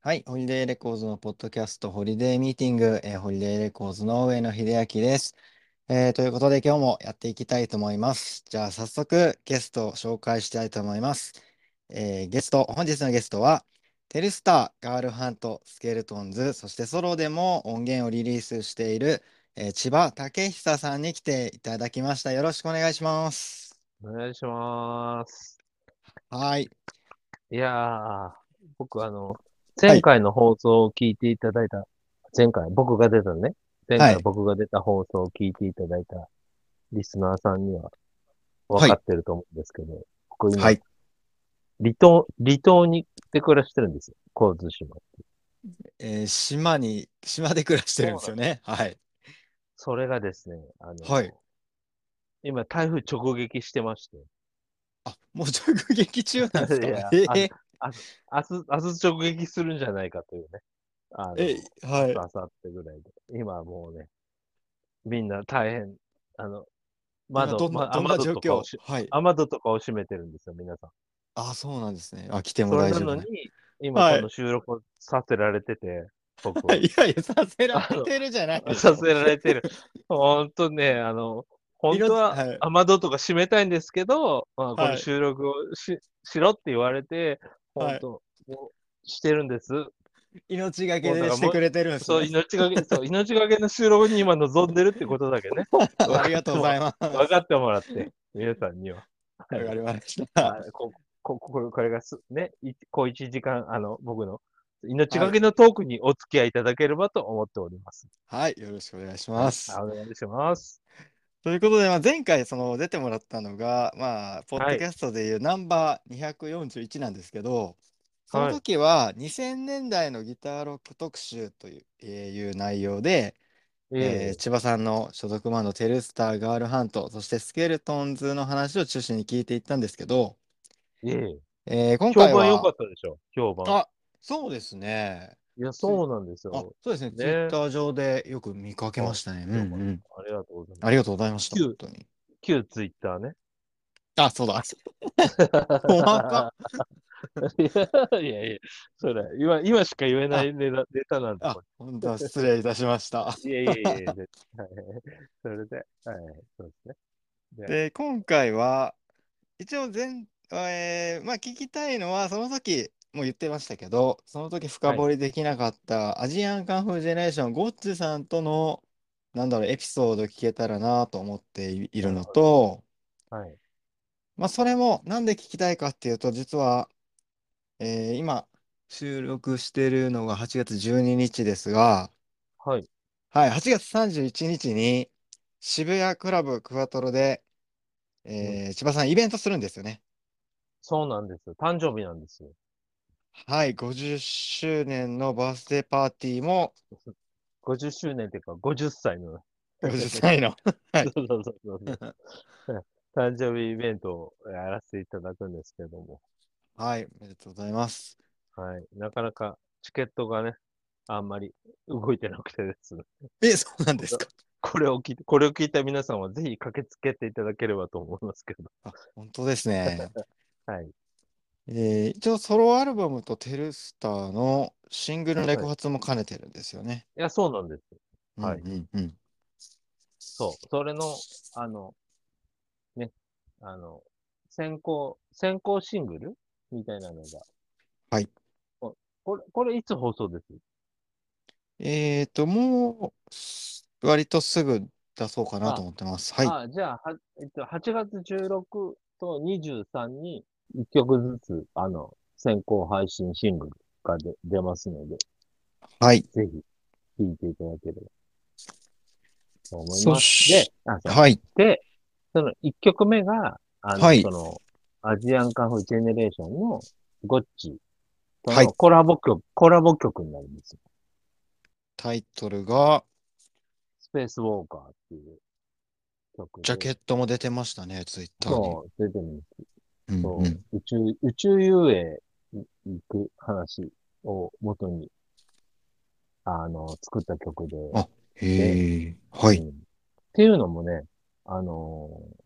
はい。ホリデーレコーズのポッドキャスト、ホリデーミーティング、えーホリデーレコーズの上野秀明です、えーということで、今日もやっていきたいと思います。じゃあ、早速、ゲストを紹介したいと思います。えーゲスト、本日のゲストは、テルスター、ガールハント、スケルトンズ、そしてソロでも音源をリリースしている、えー千葉武久さんに来ていただきました。よろしくお願いします。お願いします。はい。いやー、僕あの、は前い。回の放送を聞いていただいた、前回僕が出たね。前は回い。僕が出た放送を聞いていただいたリスナーさんには分はかい。ってると思うんですけど、僕は今、い。離島、離島にで暮らしてるんですよ。神津島。えー島に、島で暮らしてるんそでうすなんよです。ね。はい。それがですね、あの、はい。今台風直撃してまして。あ、もう直撃中なんですいかや、えあの、え明日、明日、明日直撃するんじゃないかというね。あえ、の、は 明い。日、明後日ぐらいで。今もうね、みんな大変、あの、今窓、どんな、ま、どん雨な戸状とかを況し、はい。雨戸とかを閉めてるんですよ、皆さん。あ、そうなんですね。あ、来てもそれ大な丈夫のね。に、今こはの収録をさせられてて、僕い。は。いやいや、させらあれてるじゃないの、でし さょ。せられてる。ほんとね、あの、い本ろ、当ははい。雨戸とか閉めたいんですけど、まあ、こはのい。収録をし、しろって言われて、は本い。当もうしてるんです。命がけもうだでからしてもくう、れてるんですそう、ね。命がけ、そう、命がけの収録に今臨んでるってことだけ ね。分あかりがっとうごても、ざいま分かす。ってもらって、皆さんには。はわかい。りました。あこ、 こ、これ、これがす、ね、い小一時間、あの、僕の命はがい。けのトークにお付き合いいただければと思っております。はい。よろしくお願いしはまい。す。あ、お願いします。ということで、まあ、前回その出てもらったのが、まあ、ポッはドキい。ャストでいうナンバー241なんですけど、そのはい。時は2000年代のギターロック特集という、えーいう内容で、えーええ。千葉さんの所属バンドテルスター、ガールハント、そしてスケルトンズの話を中心に聞いていったんですけど、ええ。えー今評回判良かは、ったでしょ評判。あ、そうですね。いや、ツイ、そうなんですあ、よ。そうですね。ツイッね。ター上でよく見かけあ、ましたね。うんよかっうん。た。ありがとうございあまりがす。とうございました、本旧、当に。旧ツイッターね。あ、そう だ。細かっ。いや いやいや、それ、今、今しか言えなあ、いネタ、ネタなんで、あ、こ本当は失礼いたしました。れ。いやいやいやいや、絶対。それで、はい、そうですね。で、で、今回は、一応全、えーまあ聞きたいのは、その時も言ってましたけど、その時深はい。掘りできなかったアジアンカンフージェネレーション、ゴッチさんとの、なんだろう、エピソード聞けたらなと思っていいなるるのほど。と、はい。まあそれもなんで聞きたいかっていうと、実は、えー今収録してるのが8月12日ですが、はい。はい、8月31日に渋谷クラブクワトロで、うん。えー千葉さんイベントするんですよね。そうなんですよ。誕生日なんですよ。はい、50周年のバースデーパーティーも50周年っていうか、50歳の。 50歳 の。はそい。うそうそうそうそう。 誕生日イベントをやらせていただくんですけども。はい、おめでとうございます。はい。なかなかチケットがね、あんまり動いてなくてですね。え、そうなんこでれすか。これを聞いて、これを聞いた皆さんはぜひ駆けつけていただければと思いますけど。あ、本当ですね。 はい。えー一応ソロアルバムとテルスターのシングルのレはコい。い発も兼ねてるんですよね。や、そうなんです。うんはい。うんうん。そう。それの、あの、ね、あの、先行、先行シングルみたいなのが。はい。おこれ、これいつ放送ですえーと、もう、す割とすぐ出そうかなとあ、思ってます。はい。あ、じゃあ、は、えっと、8月16と23に1曲ずつ、あの、先行配信シングルが出、出ますので、はい。ぜひ聴いていただければと思いそます。で、し、あ、そう。はい。で、その1曲目が、あはの、い。その、アジアンカンフージェネレーションのゴッチとはのい。コラボ曲、コラボ曲になるんですよ。タイトルが、スペースウォーカーっていう曲ジャで、ケットも出てましたね、ツイッターに。そう、出てるんです。うんうそん。う、宇宙、宇宙遊泳に行く話を元に、あの、作った曲で、あ、で、へえ。はうい。ん。っていうのもね、あのー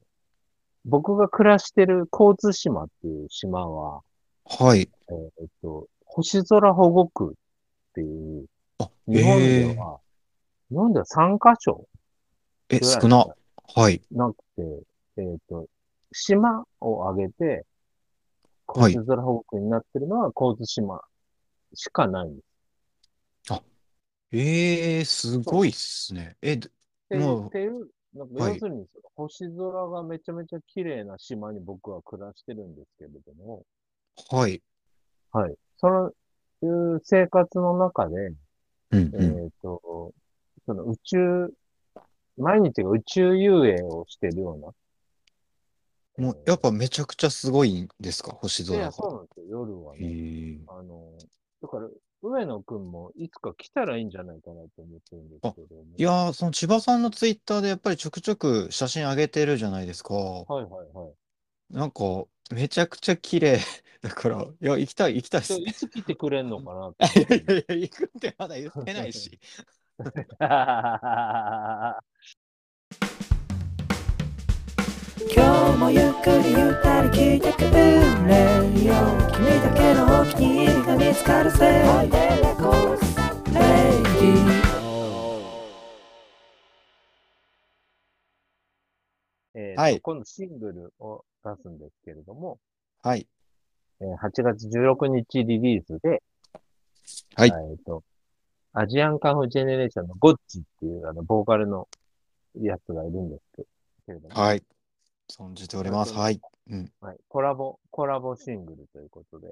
僕が暮らしてる神津島っていう島は、はい。えーえっと、星空保護区っていう、あ、日本えでは、日本では3カ所え、え、ぐらい少な。はい。なくて、えっ、と、島を挙げて、は交い通空保護区になってるのは交通島しかないんです。あ、ええすごいっすね。え、どっていうもうっていう、なんかはい要するにその星空がめちゃめちゃ綺麗な島に僕は暮らしてるんですけれども、はい。はい。そのいう生活の中で、うんえっ、うん。と、その宇宙、毎日が宇宙遊泳をしてるような。もう、やっぱめちゃくちゃすごいんですか、星い空や、が。そうなんですよ、夜はえね。えあの、だから、上野くんもいつか来たらいいんじゃないかなと思ってるんですけども。いやー、その千葉さんのツイッターでやっぱりちょくちょく写真上げてるじゃないですか。はいはいはい。なんか、めちゃくちゃ綺麗 だから、いや、行きたい、 行きたいっちょすいね。つ来てくれんのかなっいてやいやいや、行くってまだ言ってない し。今日もゆっくりゆったり聞いてくれよ君だけのお気に入りが見つかるぜレイディえーとはい今度シングルを出すんですけれども、はい。えー8月16日リリースで、はいえーと、アジアンカンフージェネレーションのゴッチっていうあの、ボーカルのやつがいるんですけれども、はい。存じております。はい。うん。はいコラボ、コラボシングルということで、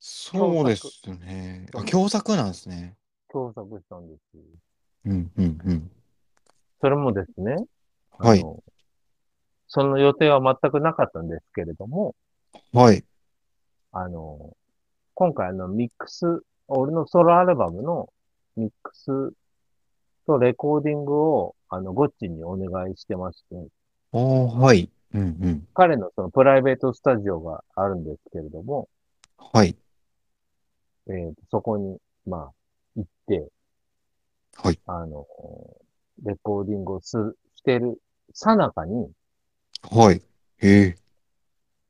そうですね。あ、共作なんですね。共作したんです。うんうんうん。それもですね、あのはい。その予定は全くなかったんですけれども、はい。あの、今回あのミックス、俺のソロアルバムのミックスとレコーディングをあの、ゴッチにお願いしてまして、おー、はい。うんうん。彼のそのプライベートスタジオがあるんですけれども、はい。えーそこに、まあ、行って、はい。あの、レコーディングをする、してるさなかに、はい。へえ。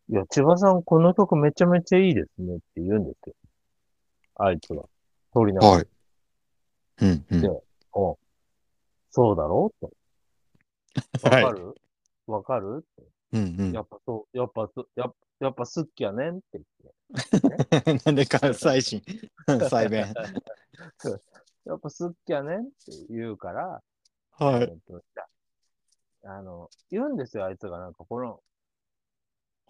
いや、千葉さん、この曲めちゃめちゃいいですねって言うんですよ。あいつが。通りながら。はい。うんうん。おそうだろうと。わはいかるわ、かるってうんうんやっぱそう、やっぱそ、やっぱやっぱ好きやねんって言って。 なんで関西 人、西弁。やっぱ好きやねんって言うから、はえっい。とあの、言うんですよ、あいつが。なんか、この、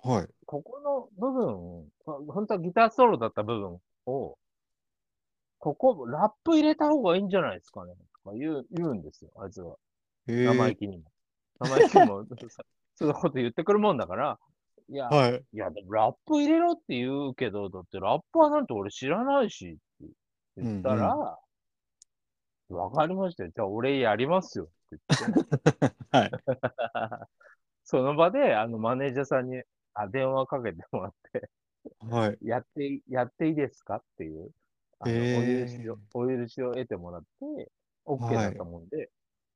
はい。ここの部分、ほ本当はギターソロだった部分を、ここ、ラップ入れた方がいいんじゃないですかねとか言う、言うんですよ、あいつは。へ生意気にも。生意気にも、 そういうこと言ってくるもんだから、いや、はい。いや、でもラップ入れろって言うけど、だってラッパーなんて俺知らないし、って言ったら、うわ、かりましたよ。じゃあ俺やりますよ。 って言ってはい。その場で、あの、マネージャーさんに、あ、電話かけてもらって、はい。やって、やっていいですかっていう、あの、へーお許しを、お許しを得てもらって、OK だったもんで、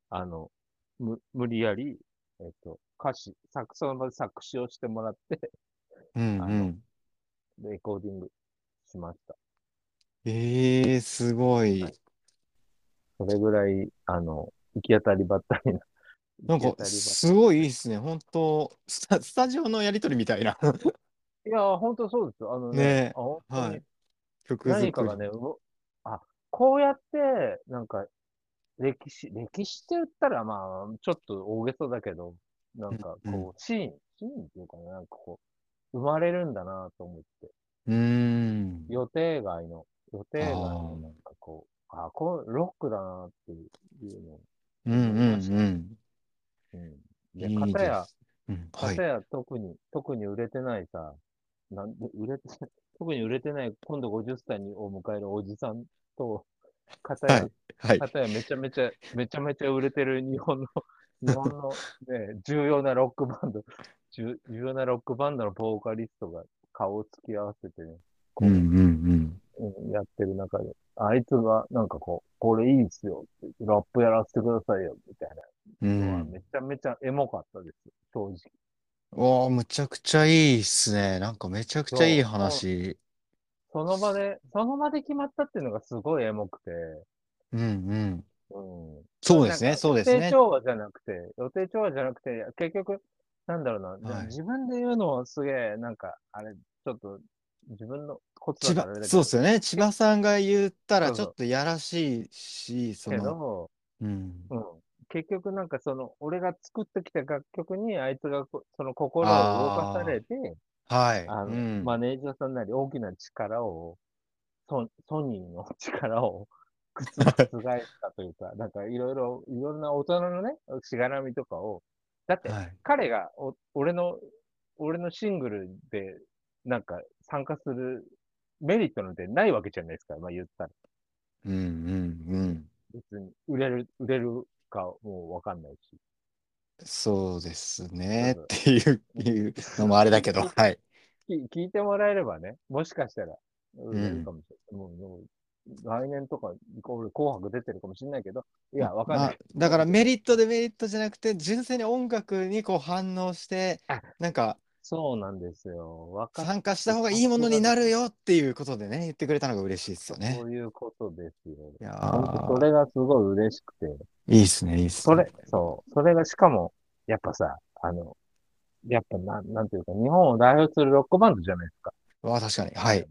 あの、む、無理やり、えっと、歌詞、作、その場で作詞をしてもらって、うんうん。レコーディングしました。ええすごい。それぐらい、あの、行き当たりばったりな。なんか、行き当たりばっすごいいいっすね。本当スタ、スタジオのやりとりみたいな。いやー、本当そうですよ。あのね、ねえあ本当にはい。曲何か作りが。ね、うごあ、こうやって、なんか、歴史、歴史って言ったら、まあ、ちょっと大げさだけど、なんか、うんうんこう、シーン、シーンっていうかね、なんかこう、生まれるんだなと思って、うーん。予定外の、予定外あの、ーなんかこう、あ、こう、ロックだなっていうのを、うんうんうん。うん。で、いい片でや、す。うん、かはたい。や特に、特に売れてないさ、なんで、売れて、 特に売れてない、今度50歳にを迎えるおじさんと、かたや、はい。かたやめちゃめちゃ、めちゃめちゃ売れてる日 本の、日本のね、重要なロックバンド、重重要なロックバンドのボーカリストが顔を突き合わせてね、こうんううんうん。うんやってる中で、あいつがなんかこう、これいいっすよって、ラップやらせてくださいよ、みたいな。うのはん。めちゃめちゃエモかったです、正直。わあ、むちゃくちゃいいっすね。なんかめちゃくちゃいい話。その場で、その場で決まったっていうのがすごいエモくて、うんうん。うん。そうですなね、んかそうです予定ね。調和じゃなくて、予定調和じゃなくて、結局、なんだろうな、でもはい自分で言うのはすげえ、なんか、あれ、ちょっと、自分のコツ千だからあ葉、れだけそうどですよね。千葉さんが言ったらそうちそうょっとやらしいし、そけの、ど、うん。うん。結局なんかその、俺が作ってきた楽曲に、あいつがこその心を動かされて、はい。あの、うん。マネージャーさんなり大きな力を、ソ ソニーの 力を覆したというか、なんかいろいろ、いろんな大人のね、しがらみとかを、だってはい。彼がお俺の、俺のシングルでなんか参加するメリットなんてないわけじゃないですか、まあ言ったら。うんうんうん。別に売れる、売れるかもうわかんないし。そうですね。そうっていう、いうのもあれだけど、はい。聞聞いてもらえればね、もしかしたら、売んれるかもしれない。もう、もう来年とか、俺紅白出てるかもしれないけど、いや、わかんない。まあだからメリットデメリットじゃなくて、純粋に音楽にこう反応してあ、なんかそうなんですよ。わかっ参加した方がいいものになるよっていうことでね、言ってくれたのが嬉しいですよねそ。ういうことですよ。いや本当そーれがすごい嬉しくて。いいっすね、いいっすそね。れ、そう。それがしかも、やっぱさ、あの、やっぱなん、なんていうか、日本を代表するロックバンドじゃないですか。わあ、確かに。はい。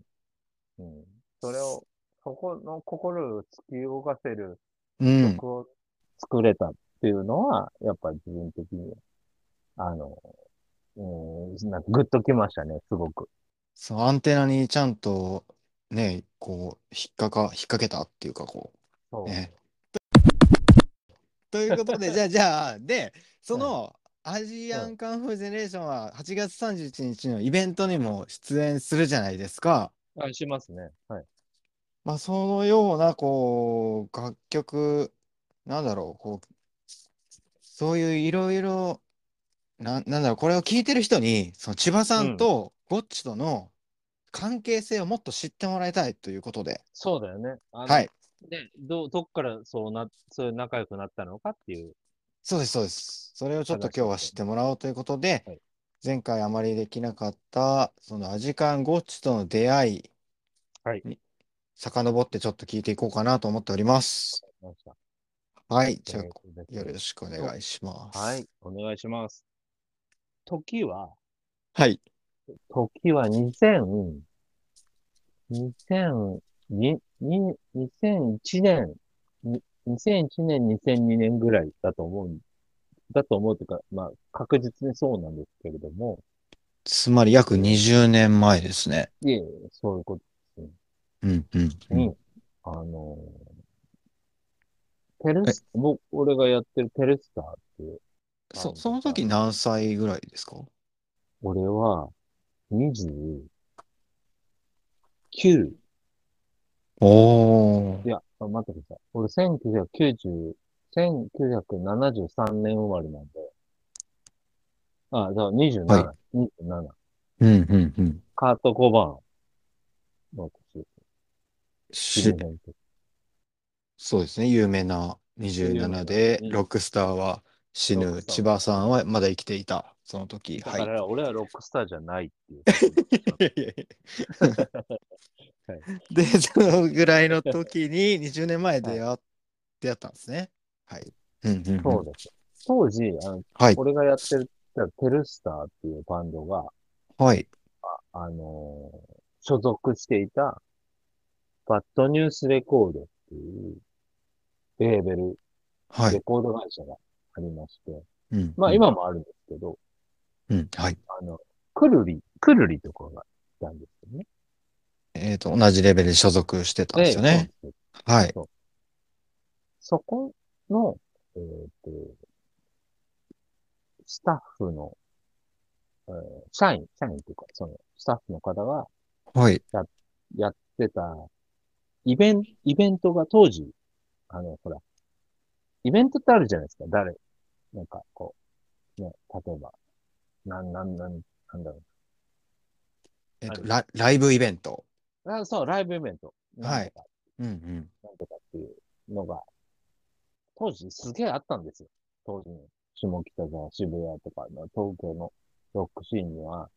うん。それを、そこの心を突き動かせるうん。曲を作れたっていうのは、やっぱ自分的に、あの、うん、なんかグッときましたね、すごく。そのアンテナにちゃんとね、こう、引っかか、引っ掛けたっていうか、こ、そうう。ね。とということで、じゃあ、じゃあ、で、その、アジアンカンフージェネレーションは8月31日のイベントにも出演するじゃないですか。あ、しますね。はい。まあ、そのような、こう、楽曲、なんだろう、こう、そういういろいろ、な、なんだろう、これを聞いてる人に、その千葉さんとゴッチとの関係性をもっと知ってもらいたいということで、そうだよね。あのはい、で、どう、どっからそうな、そういう仲良くなったのかっていう。そうです、そうです。それをちょっと今日は知ってもらおうということではい、前回あまりできなかった、そのアジカンゴッチとの出会いはいに遡ってちょっと聞いていこうかなと思っております。ましたはい、じゃあ、えーとよろしくお願いします。はい、お願いします。時は、はい。時は2000、2002 2001年、に2001年、2002年ぐらいだと思う、だと思うというか、まあ、確実にそうなんですけれども、つまり約20年前ですね。いえいえ、そういうこうとんうんうん。に、あのー、ペルス、僕、俺がやってるペルスターっていう、そ、その時何歳ぐらいですか俺は、29、おーい。や、あ待ってください。俺、1990、1973年生まれなんで。あ、だから27、は27。うんうんうん。カート・コバーンの年。し、そうですね。有名な27で、有名なロックスターは死ロッぬ、クスター千葉さんはまだ生きていた、その時。だはかい。ら、俺はロックスターじゃないっていう。 で、そのぐらいの時に20年前出会っ出会ったんですね。はい。うんうんうんそうです。当時、あの、はい。俺がやってる、テルスターっていうバンドが、はい。あのー所属していた、バッドニュースレコードっていう、レーベル、はレい。コード会社がありまして、うんまあ、今もあるんですけど、うん。はい。あの、くるり、くるりとかがいたんですよね。えっと、同じレベルに所属してたんですよね。そうですはい。そこの、えっ、と、スタッフの、えー社員、社員というか、その、スタッフの方がはい。やってた、イベント、イベントが当時、あの、ほら、イベントってあるじゃないですか、誰、なんか、こう、ね、例えば、なん、なん、なん、なんだろえっと、はいラライブイベント。う。あそう、ライブイベント。はいなんとかうんうん。なんとかっていうのが、当時すげえあったんですよ。当時の下北沢、渋谷とかの東京のロックシーンには、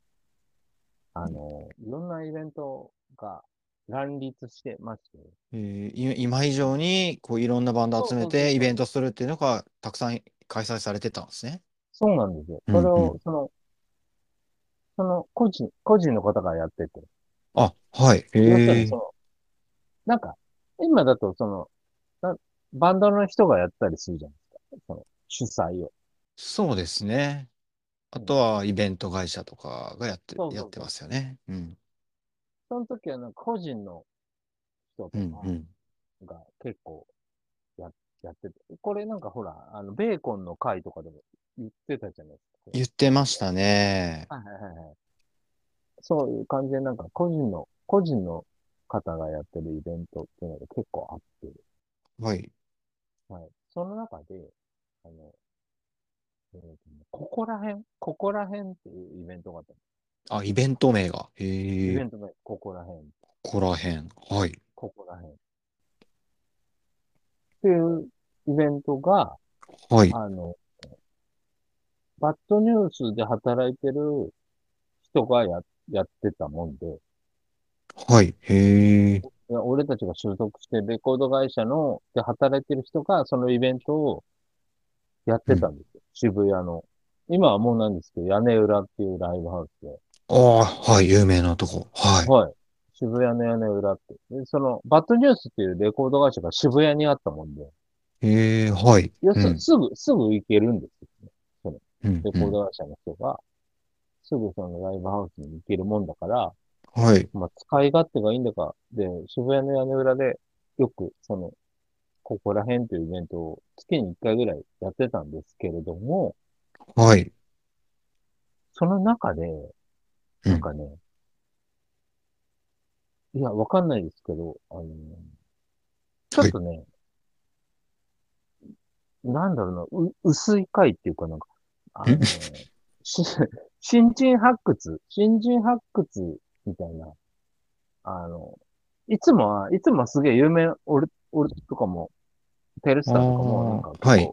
あの、いろんなイベントが乱立してまして、えーい今以上に、こう、いろんなバンド集めそうそうそてうイベントするっていうのが、たくさん開催されてたんですね。そうなんですよ。うんそうんれを、その、その、個人、個人の方がやってて。あ、はい。へ要するにえそ。の、なんか、今だとその、なバンドの人がやったりするじゃないですか。その、主催を。そうですね。あとは、イベント会社とかがやってそうそう、そうやってますよね。うん。その時はなんか個人の人とかうん、うん。が結構ややってて。これなんかほら、あの、ベーコンの会とかでも言ってたじゃないですか。言ってましたね。はいはいはいはい。そういう感じで、なんか個人の、個人の方がやってるイベントっていうのが結構あって、はい。はい。その中で、あの、えーとねここら辺ここら辺っていうイベントがあったんであ、イベント名が。す。イへベえ。ントのここら辺ここら辺。はい。ここら辺っていうイベントが、はい。あの、バッドニュースで働いてる人がや、やってたもんで、はい。へえ。いや俺たちが所属して、レコード会社の、で働いてる人が、そのイベントをやってたんですよ。渋谷の。今はもうなんですけど、屋根裏っていうライブハウスで。ああ、はい。有名なとこ。はい。はい。渋谷の屋根裏って。で、その、バッドニュースっていうレコード会社が渋谷にあったもんで、へえ、はい。要するうにんすぐ、すぐ行けるんですよね。うんレコード会社の人が、すぐそのライブハウスに行けるもんだから、うんはい。まあ、使い勝手がいいんだか、で、渋谷の屋根裏で、よく、その、ここら辺というイベントを月に1回ぐらいやってたんですけれども、はい。その中で、なんかね、いや、わかんないですけど、あの、ちょっとね、なんだろうな、う、薄い回っていうかなんか、あの、ん し新人発掘、新人発掘みたいな、あの、いつもは、いつもはすげえ有名、俺、俺とかも、テルスターとかもなんかあー結構、はい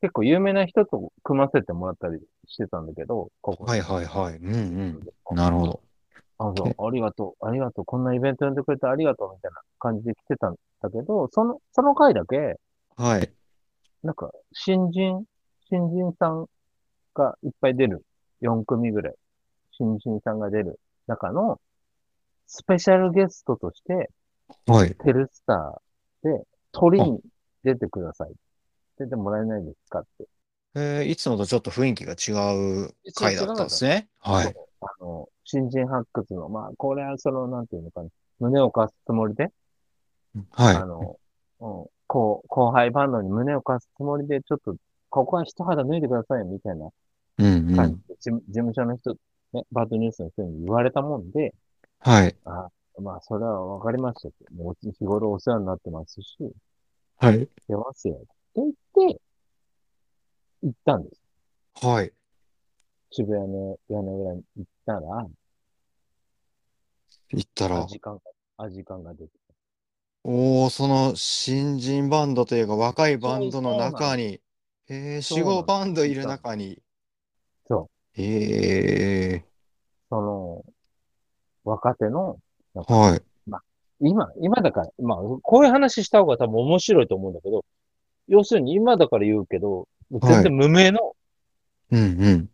結構有名な人と組ませてもらったりしてたんだけど、ここ。はい、はい、はい。うん、うん。なるほど。あ、そう、ありがとう、ありがとう、こんなイベント呼んでくれてありがとう、みたいな感じで来てたんだけど、その、その回だけ、はい。なんか、新人、新人さんがいっぱい出る。4組ぐらい。新人さんが出る中の、スペシャルゲストとして、はい。テルスターで、鳥に出てください。出てもらえないですかって。えー、いつもとちょっと雰囲気が違う回だったんですね。はそうい。あの、新人発掘の、まあ、これはその、なんていうのかな、胸を貸すつもりで、あは。の、うん、こう、後輩バンドに胸を貸すつもりで、ちょっと、ここは一肌脱いでください、みたいないうん、う感じん。で、事務事務所の人、ね、バッドニュースの人に言われたもんで、はい。あ、まあ、それはわかりましたって。もう、日頃お世話になってますし、はい。出ますよ。って言って、行ったんです。はい。渋谷の屋根裏に行ったら、行ったあら、時間が、あ、時間が出て。おー、その新人バンドというか若いバンドの中に、へえ、そう四なの五バンドいる中に。。そうへえ、その、若手の、はい。今、今だから、まあ、こういう話した方が多分面白いと思うんだけど、要するに今だから言うけど、全然無名の、うん、う ん。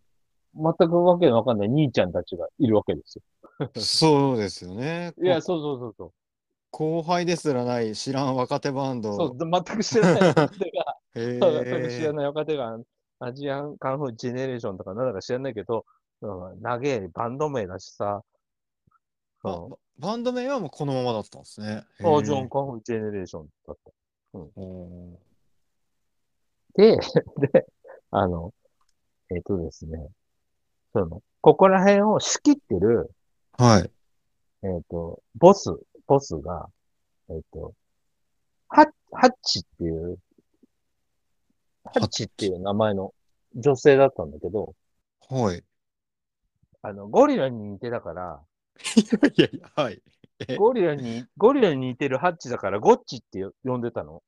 全くわけのわかんない兄ちゃんたちがいるわけですよ。そうですよね。いや、そうそうそうそう。後輩ですらない知らん若手バンそド。う全く知 らない若手が、へ全く知らえ。ない若手が、アジアンカンフージェネレーションとかなんだか知らないけど、うん、長えバンド名だしさ、うあん、バンド名はもうこのままだったんですね。へーアジアンカンフージェネレーションだった。おーで、で、あの、えっ、とですね、その、ここら辺を仕切ってる、はい。えっ、と、ボス、ボスが、えっ、と、ハッ、ハッチっていう、ハッチっていう名前の女性だったんだけど、はい。あの、ゴリラに似てたから、いやいや、はい。えゴリラに、ゴリラに似てるハッチだから、ゴッチってよ呼んでたの。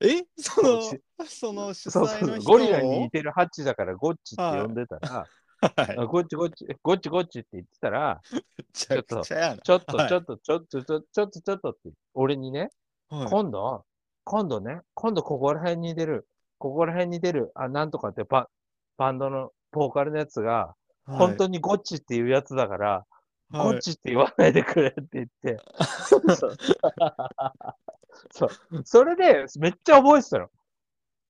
えそのそう、その主そうそ催うそのう。人ゴリラにを似てるハッチだから、ゴッチって呼んでたら、はい。あこっちこっち、こっちこっちって言ってたら、めちゃくちゃやな。ちょっとはいちょっとちょっとちょっとちょっとちょっとって、俺にね、はい今度、今度ね、今度ここら辺に出る、ここら辺に出る、あ、なんとかってババンドのボーカルのやつが、はい本当にゴッチっていうやつだから、はいゴッチって言わないでくれって 言って。そう。 そうそれで、めっちゃ覚えてたの。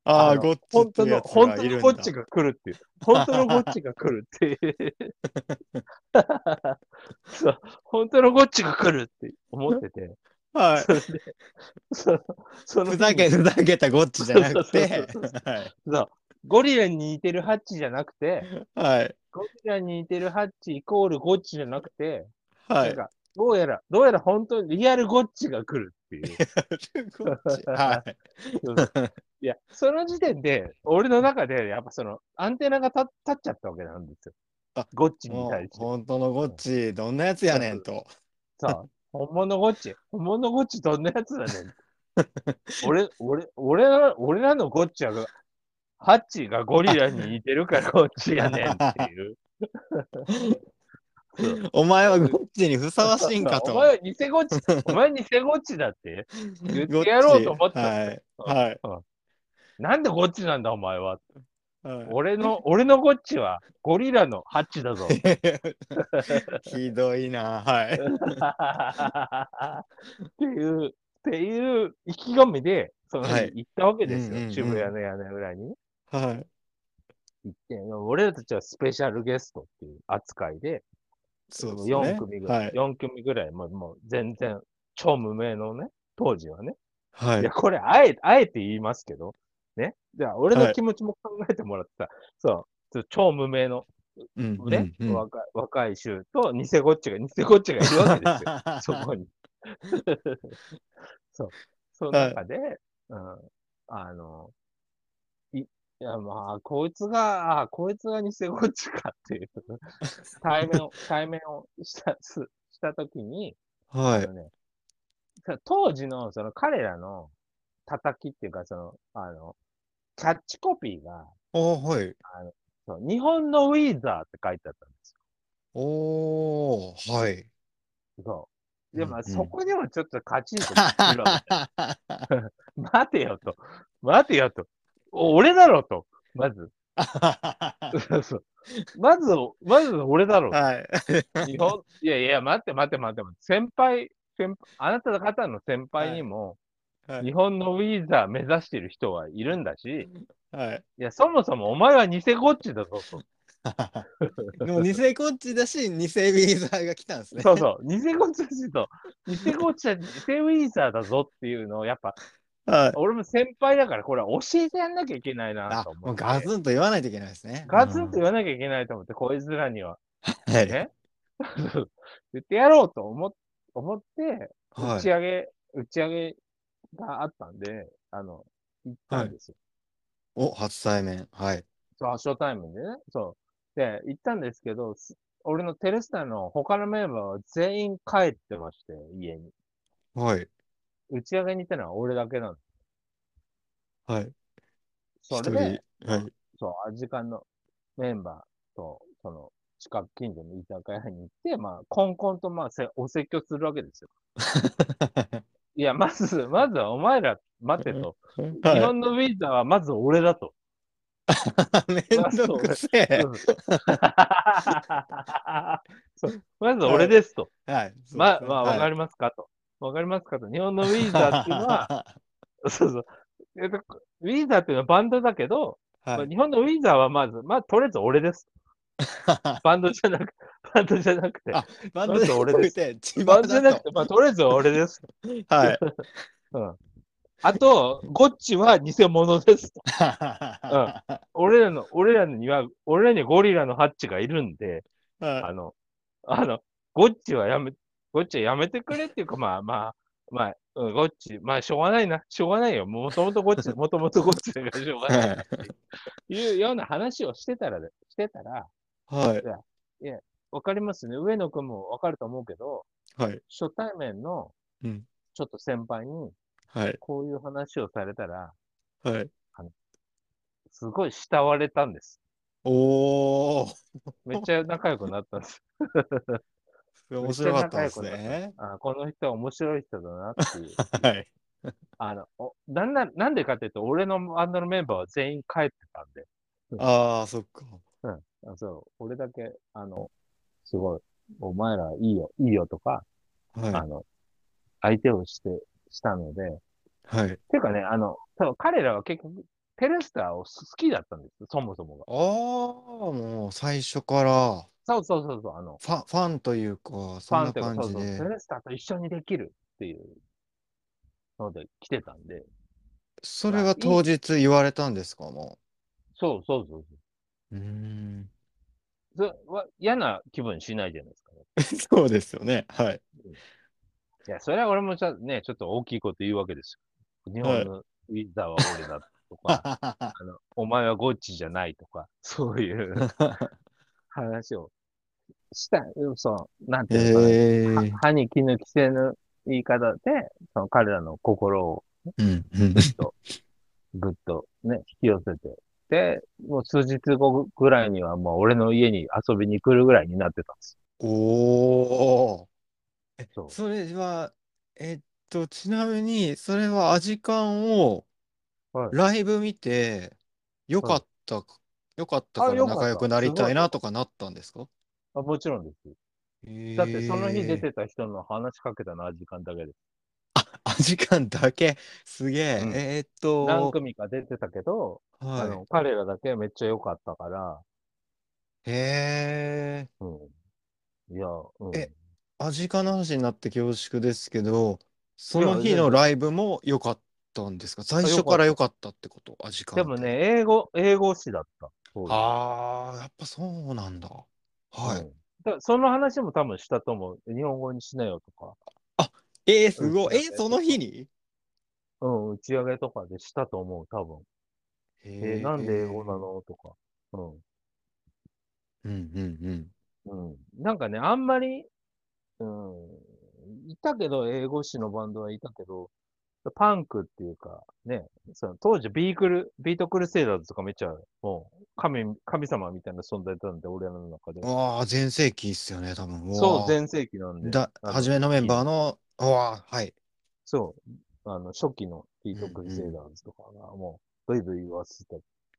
あああ、のごっちっ本て当いうやの、つ本が当いるのんだ。ゴッチが来るっていう。本当のゴッチが来るっていう。 そう。本当のゴッチが来るって思ってて。はいそれで、その、そのふ日ざけ、 にふざけたゴッチじゃなくてそうそうそ、はい。そうゴリラに似てるハッチじゃなくて、はい。ゴリラに似てるハッチイコールゴッチじゃなくて、はなん い。か、どうやら、どうやら本当にリアルゴッチが来るっていう。ゴッチ はい。いや、その時点で、俺の中で、やっぱその、アンテナが立立っちゃったわけなんですよあ。ゴッチにも対しう、て。本当のゴッチ、どんなやつやねんと。さあ、本物ゴッチ、本物ゴッチどんな やつだねん。俺、俺、俺ら、俺らのゴッチは、ハッチーがゴリラに似てるからゴッチやねんっ ていう。お前はゴッチにふさわしいんかと。 お前は偽ゴッチ、お前偽ゴッチだって。言ってやろうと思ったんだよゴッチはい。なんでゴッチなんだお前は。はい。はい俺の、俺のゴッチはゴリラのハッチだぞ。 ひどいな。はい。っていう、っていう意気込みで、そのはい日行ったわけですうよ。んうんうん渋谷の屋根裏にね。はい。行って、俺らたちはスペシャルゲストっていう扱いで、そうです4ね。組ぐらい、はい。 4組ぐらい、もうもう全然超無名のね、当時はね。はいいや、。これ、あえ、あえて言いますけど、ね。じゃあ、俺の気持ちも考えてもらってさ、そう、超無名のうんうねん、うん若い、若い衆と偽ゴッチが、偽ゴッチがいるわけですよ。 そこに。そう。その中で、うん、あの、い、いやまあ、こいつが、あこいつが偽ゴッチかって いう、対面を、対面をした、す、したときに、はあい。のね、さ当時の、その彼らの叩きっていうか、その、あの、キャッチコピーが、おー、はい。そう日本のウィーザーって書いてあったんですおー、はい。よ。そう。でも、まあうんうんそこにもちょっとカ チンと来るわけ待てよと。待てよと。お俺だろと。まず。 そうまず、まず俺だろ。はい。日本、いやいや、待って待って待って待って。先輩、先輩あなた方の先輩にも、はい日本のウィーザー目指してる人はいるんだし、 はい。いや、そもそもお前は偽ゴッチだぞと。でも、偽こっちだし、偽ビーザーが来たんですね。 そうそう、偽ゴッチだと、偽ゴッチだ、偽ウィーザーだぞっていうのを、やっぱ、はい。俺も先輩だから、これは教えてやんなきゃいけないなあと、思もっうて。ガツンと言わないといけないですね。ガツンと言わわなきゃいけないと思って、こいつらには。ないね。 言ってやろうと思っ思って、は打ち上げ、打ち上げがあったんで、あの、行ったんですよ。お、初対面。はい。そう、初対面でね。そう。で、行ったんですけど、す俺のテレスタの他のメンバーは全員帰ってまして、家に。はい。打ち上げに行ったのは俺だけなの。はい。そ一れ人。で、はい。そう、アジカンのメンバーと、その、近く近所の居酒屋に行って、まあ、コンコンと、まあ、せお説教するわけですよ。いや、まず、まずはお前ら、待てと。 日は本のウィーザーはまず俺だと。い。めんどくせえ。 そうまず俺ですと。はい。まあ、まあ、わかりりますかと。わかりますかと。日本のウィーザーっていうの は、そうそう。えっとウィーザーっていうのはバンドだけど、まあは日本のウィーザーはまず、まあ、とりあえず俺です。バンドじゃなく、 バンドじゃなくて。あい。バンドでまず俺で俺すて、千バ葉ンドじゃなだくと。て、まあ、とりあえず俺です。はい。あと、ゴッチは偽物ですと。俺らの、俺らには、俺らにはゴリラのハッチがいるんで、は あの、あの、ゴッチはやめ、ゴッチはやめてくれっていうか、まあまあ、まあ、うんゴッチ、まあしょうがないな、しょうがないよ。もともとゴ ッチ、もともとゴッチだからしょうがい。ない。いうような話をしてたらで、してたら、はい。わかりますね。上野くんもわかると思うけど、はい。初対面のうん、ちょっと先輩に、はい。こういう話をされたら、はい。すごい慕われたんです。おー、めっちゃ仲良くなったん です。面白かったですめっちゃね。あこの人は面白い人だなっていう。はい。あの、おなんな、なんでかっていうと、俺のバンドのメンバーは全員帰ってたんで、ああ、そっか。あそう、俺だけ、あの、すごい、お前らいいよ、いいよとか、あはの、相手をして、したので、い。はい。ていうかね、あの、多分彼らは結局、ペルスターを好きだったんですよ、そもそもが。ああ、もう最初からそうそうそうそう、あの、ファン、ファンというか、フそんァンなというか、感そうじそう、でペ。ルスターと一緒にできるっていうので来てたんで、それは当日言われたんですか、もそうそうそうう。うーん。そう。それは嫌な気分しないじゃないですか、ね。 そうですよね。はい。いや、それは俺もちゃんとね、ちょっと大きいこと言うわけですよ。日本のウィザーは俺だと か、あの、お前はゴッチじゃないとか、そういう話をした、そう、なんていうのかな、ええは歯に衣着せぬ言い方で、その彼らの心をうんうんぐっとね、引き寄せて、で、もう数日後ぐらいにはもう俺の家に遊びに来るぐらいになってたんです おお。えそ、うそれは、えっと、ちなみに、それはアジカンをはいライブ見て、よかったか、よかったからあよかった仲良くなりたいなとかなったんですかよ。あもちろんです。だってその日出てた人の話しかけたのは時間だけです。アジカンだけ、すげえ。うんえーっ何と、組か出てたけど、あはの、彼らだけめっちゃ良かったから、い。へえ。うん。いや、うん。えアジカンの話になって恐縮ですけど、そのい日やのライブも良かったんですか最初から良かったってことアジカンでってもね、英語、英語詞だった。そうですああ、やっぱそうなんだ。はうい。んだからその話も多分したと思う。日本語にしなよとか、えー、すごい。うんえー、その日にうん、打ち上げとかでしたと思う、多分。えーなんで英語なのとか。うんうんうん。うん。なんかね、あんまり、うん、いたけど、英語詞のバンドはいたけど、パンクっていうか、ね、その当時ビークル、ビートクルセイダーズとかめっちゃ、もう、神、神様みたいな存在だったんで、俺らの中でうん。。わあ、全盛期っすよね、多分。そう、全全盛期なんで。だ、あの初めのメンバーの、うわあ、はい。そう。あの、初期のビートクリセイダーズとかがもう、ブイブイ言わせた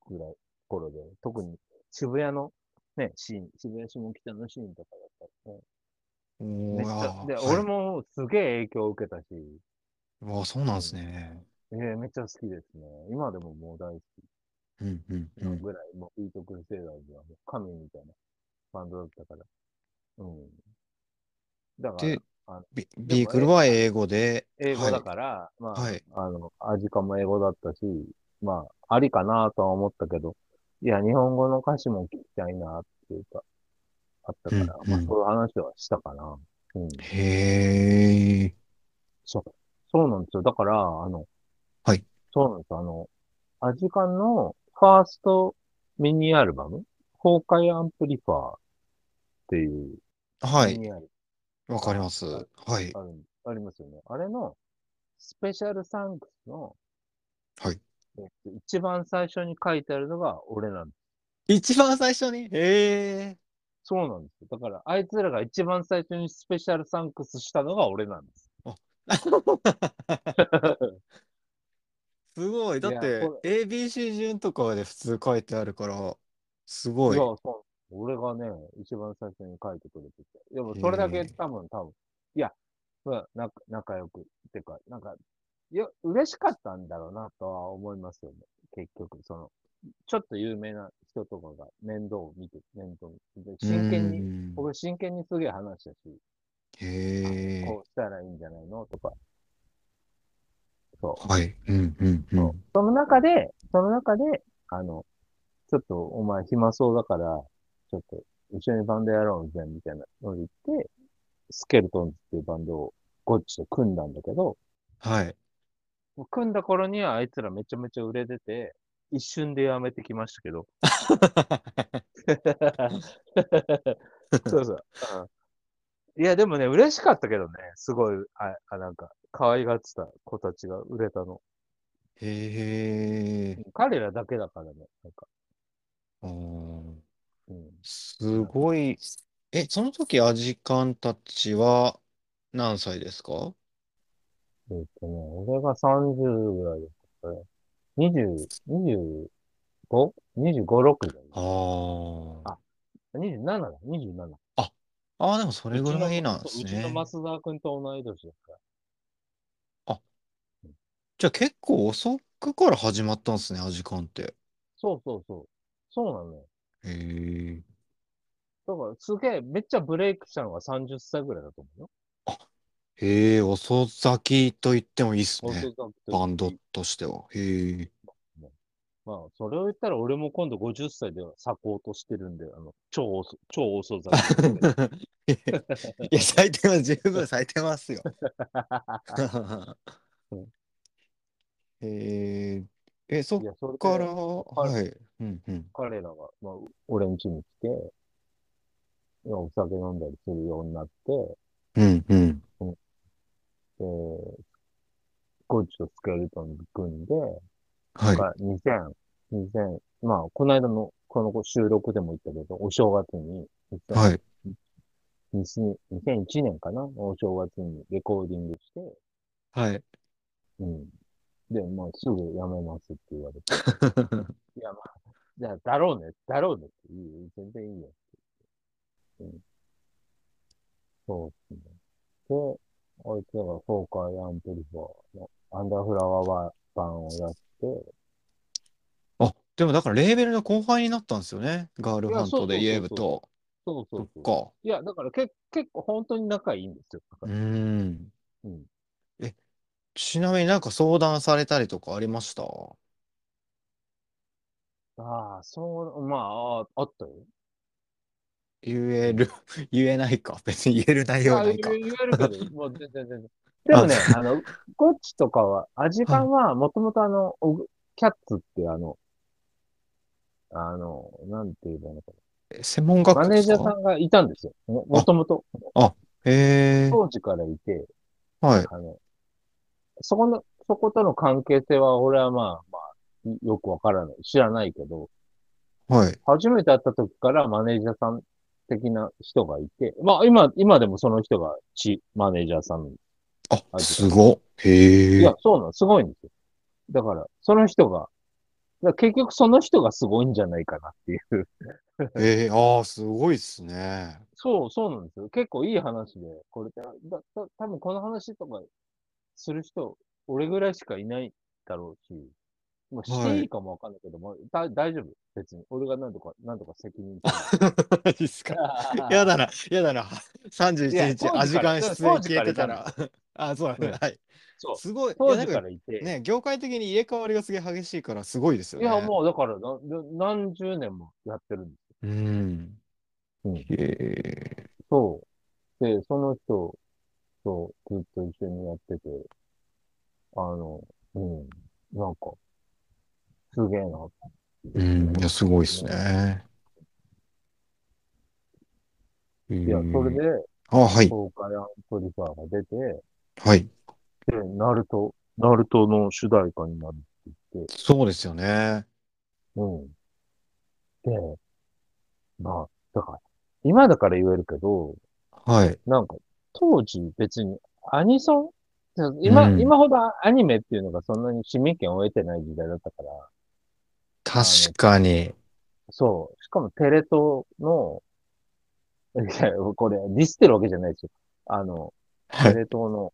ぐらい、頃で、特に渋谷のね、シーン、渋谷下北のシーンとかだったらね。おめっちーゃ、で、あー俺。もすげえ影響を受けたし、はいわあ、そうなんですね。えーめっちゃ好きですね。今でももう大好うんうんきう。なんぐらい、もうビートクリセイダーズはもう神みたいなバンドだったから。うん。だから、であの、ビもビークルは英語で。英語だら。から、まあ、はい。あの、味かも英語だったし、まあ、ありかなとは思ったけど、いや、日本語の歌詞も聞きたいなっていうか、あったから、うんまあ、うんそういう話はしたかな。うん。へえ。そうなんですよ。だから、あの、はい。そうなんですよ。あの、アジカンのファーストミニアルバム、崩壊アンプリファーっていうはミい。ニアルわかります。はい。バム、あるありますよね。あれの、スペシャルサンクスの、はい。えっと、一番最初に書いてあるのが俺なんです一番最初にへえ。そうなんですよ。だから、あいつらが一番最初にスペシャルサンクスしたのが俺なんです。すごい。だっいやてこ、 ABC 順とかで普通書いてあるから、すいごい。や、そう。俺がね、一番最初に書いてくれてて。でも、それだへけえ多分、多分。いや、まあ、な仲良く。ってか、なんか、いや、嬉しかったんだろうなとは思いますよね。結局、その、ちょっと有名な人とかが面倒を見て、面倒を見て、真剣に、に俺真剣にすげえ話したし、へえ。こうしたらいいんじゃないのとか。そう。はい。うんうんうん。その中で、その中で、あの、ちょっとお前暇そうだから、ちょっと一緒にバンドやろうぜ、みたいなので言って、スケルトンズっていうバンドをゴッチで組んだんだけど、 はい。もう組んだ頃にはあいつらめちゃめちゃ売れてて、一瞬でやめてきましたけ ど。そうそう、うんいや、でもね、嬉しかったけどね、すごい、あ、あなんか、可愛がってた子たちが売れたの。へえ。彼らだけだからね、なんか。あうんうん。すごい。え、その時アジカンたちは何歳ですかえっとね、俺が30ぐらいだったから、20、25?25、6だよ。あーあ27だ、27。あー、でもそれぐらいなんでうすちのね。松沢君と同い年ですから。じゃあ結構遅くから始まったんですね、アジカンって。そうそうそう。そうなのよ。へえ。だから、すげえ、めっちゃブレイクしたのが30歳ぐらいだと思うよ。へえ、遅咲きと言ってもいいっすね。本当だバンドとしては。へ え。まあ、それを言ったら俺も今度50歳でサポートしてるんで、あの、超遅、超遅咲きなん でいや、咲いてます。十分咲いてますよ。 へえ。え、そっいや、それかでら、はい。うんうん。彼らが、まあ、俺ん家に来て、いやお酒飲んだりするようになって、うんうん。で、ゴッチとスケルトン組んで、はい。が2000、2000、まあ、この間の、この収録でも言ったけど、お正月に、2000はい。 2000 2001年かなお正月にレコーディングして、はい。 うん。で、まあ、すぐ辞めますって言われて。いや、まあ、じゃあ、だろうね、だろうねって、いいよ、全然いいよって言って。うん。そうですね。で、あいつらがフォーカーアンプリファーのアンダーフラワー版をやって、あ、でもだからレーベルの後輩になったんですよね。ガールハントで言えばいやそと。そうそそっうそう。か。いや、だからけ結構本当に仲いいんですよ。うーん。うん。ちなみになんか相談されたりとかありましたああ、そう、まあ、ああったよ。言える、 言えないか。別に言える内容はあな言いか。え言えるけど、もう全 然全然。でもね、あの、ゴッチとかは、アジカンは、もともとあの、オグキャッツってあの、あの、なんて言えばいいのかえ専門学な。マ校ネでーすジャーさかんがいたんですよ。ももともと。へえ。当時からいて、はい。あの、そこの、そことの関係性は、俺はまあ、まあ、いよくわからない。知らないけど、はい。初めて会った時からマネージャーさん的な人がいて、まあ今、今でもその人がチマネージャーさん。あ、すごっ。へいえや。、そうなの、すごいんですよ。だから、その人が、だから結局その人がすごいんじゃないかなっていう。ええ、ああ、すごいっすね。そう、そうなんですよ。結構いい話で、これ、だ、だ、だ多分この話とかする人、俺ぐらいしかいないだろうし、まあ、しはていいいかもわかんないけど、まあ、だ、大丈夫。別に。俺がなんとか、なんとか責任取いいっすか。る やだな、やだな。いや31当時日、からアジカン出演当消時かえらていたたんでら。あ、そうなんだうんはい。そう。すごい。い当やなんか時からいて。ね、業界的に入れ替わりがすげえ激しいから、すごいですよいね。や、もうだからな何十年もやってるんですよ。うん。うんへえ。そう。で、その人とずっと一緒にやってて、あの、うん、なんか、すげえな。うん、いや、すごいっすね。いや、それで、あ、はい。東海アンプリファーが出て、はい。で、ナルト、ナルトの主題歌になるって言って、そうですよね。うん。で、まあ、だから、今だから言えるけど、はい。なんか、当時別にアニソン今、うん今ほどアニメっていうのがそんなに市民権を得てない時代だったから、確かに。そう。しかもテレ東の、 いや、これ、ディスってるわけじゃないですよ。あの、はテレい。東の、